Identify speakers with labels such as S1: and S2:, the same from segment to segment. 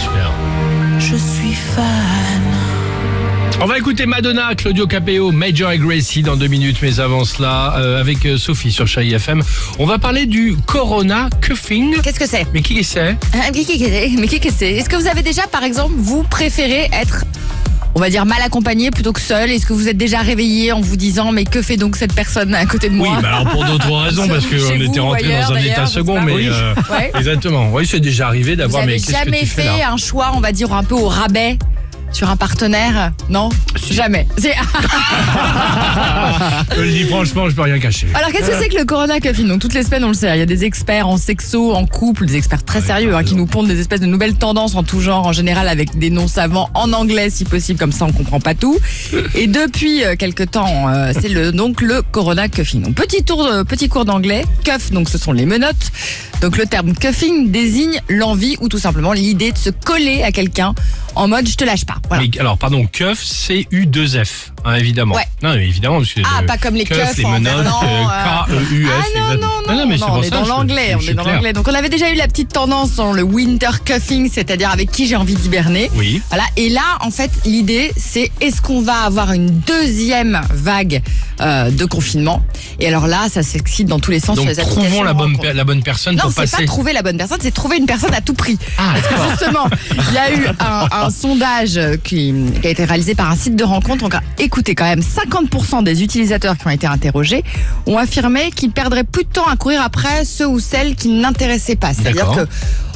S1: Super.
S2: Je suis fan.
S1: On va écouter Madonna, Claudio Capeo, Major et Gracie dans deux minutes, mais avant cela, euh, avec euh, Sophie sur Chai FM, on va parler du Corona Cuffing.
S3: Qu'est-ce que c'est
S1: Mais qui c'est
S3: Euh, qui- qui- qui- Mais qu'est-ce que c'est Est-ce que vous avez déjà, par exemple, vous préférez être, on va dire, mal accompagné plutôt que seul Est-ce que vous êtes déjà réveillé en vous disant, mais que fait donc cette personne à côté de
S1: Oui,
S3: moi
S1: bah alors pour d'autres raisons, parce
S3: Chez
S1: qu'on
S3: vous
S1: était
S3: ou
S1: rentré
S3: ailleurs,
S1: dans un
S3: d'ailleurs,
S1: état
S3: je sais
S1: second,
S3: pas.
S1: mais...
S3: Oui.
S1: euh,
S3: Ouais.
S1: Exactement, oui, c'est déjà arrivé
S3: Vous
S1: d'avoir, mais
S3: avez
S1: qu'est-ce que
S3: jamais
S1: tu fais
S3: fait
S1: là
S3: un choix, on va dire, un peu au rabais sur un partenaire Non Jamais. C'est- euh,
S1: Je le dis franchement, je peux rien cacher.
S3: Alors qu'est-ce que c'est que le corona cuffing Donc toutes les semaines on le sait, hein, il y a des experts en sexo, en couple, des experts très sérieux hein, qui nous pondent des espèces de nouvelles tendances en tout genre, en général avec des noms savants en anglais si possible, comme ça on comprend pas tout. Et depuis euh, quelque temps, euh, c'est le donc le corona cuffing. Donc petit tour, de- petit cours d'anglais. Cuff, donc ce sont les menottes. Donc le terme cuffing désigne l'envie ou tout simplement l'idée de se coller à quelqu'un en mode je te lâche pas. Voilà.
S1: Mais, alors, pardon, cuff, c'est U2F, hein, évidemment.
S3: Ouais.
S1: Non, mais évidemment, parce que
S3: Ah,
S1: le
S3: pas comme les
S1: cuff,
S3: cuffs
S1: les
S3: en
S1: menottes,
S3: Fernand,
S1: euh,
S3: Ah
S1: K-E-U-F.
S3: non,
S1: exactement.
S3: non, non,
S1: mais c'est
S3: non,
S1: pour
S3: on est
S1: ça,
S3: dans
S1: je-
S3: l'anglais,
S1: je
S3: on
S1: suis
S3: est dans
S1: clair.
S3: l'anglais. Donc on avait déjà eu la petite tendance dans le winter cuffing, c'est-à-dire avec qui j'ai envie d'hiberner.
S1: Oui.
S3: Voilà. Et là, en fait, l'idée, c'est est-ce qu'on va avoir une deuxième vague euh, de confinement Et alors là, ça s'excite dans tous les sens sur
S1: Donc
S3: les applications
S1: trouvons la
S3: de
S1: bonne,
S3: rencontres.
S1: per- la bonne personne
S3: Non,
S1: pour
S3: c'est
S1: passer.
S3: pas trouver la bonne personne, c'est trouver une personne à tout prix.
S1: Ah,
S3: Parce que justement, il y a eu un, un sondage qui, qui a été réalisé par un site de rencontre. Donc, écoutez, quand même, 50% des utilisateurs qui ont été interrogés ont affirmé qu'ils perdraient plus de temps à courir après ceux ou celles qui n'intéressaient pas. C'est-à-dire
S1: D'accord.
S3: que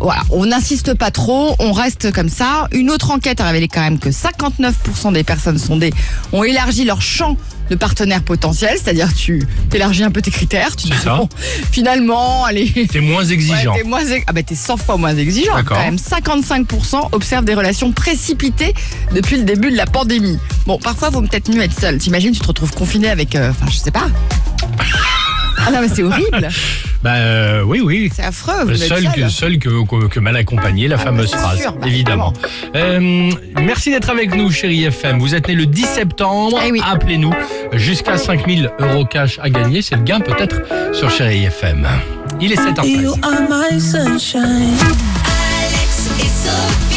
S3: voilà, on n'insiste pas trop, on reste comme ça. Une autre enquête a révélé quand même que 59% des personnes sondées ont élargi leur champ de partenaires potentiels, c'est-à-dire tu élargis un peu tes critères, tu te dis
S1: ça.
S3: bon, finalement, allez,
S1: t'es moins exigeant.
S3: Ouais, t'es moins ex- Ah bah t'es 100 fois moins exigeant.
S1: D'accord.
S3: Quand même, 55% observent des relations précipitées depuis le début de la pandémie. Bon, parfois, vaut peut-être mieux être seul. T'imagines, tu te retrouves confiné avec... euh, Enfin, je sais pas. Ah non, mais c'est horrible.
S1: bah euh, oui, oui.
S3: C'est affreux. vous êtes
S1: Seul que,
S3: seul.
S1: seul que, que, que mal accompagné, la fameuse
S3: c'est
S1: phrase,
S3: sûr, bah,
S1: évidemment. Euh, merci d'être avec nous, chérie FM. Vous êtes né le 10 septembre.
S3: Eh oui. Eh
S1: Appelez-nous. Jusqu'à 5000 euros cash à gagner. C'est le gain peut-être sur chérie FM. Il est 7h13.
S2: You are my sunshine.
S4: Alex et Sophie.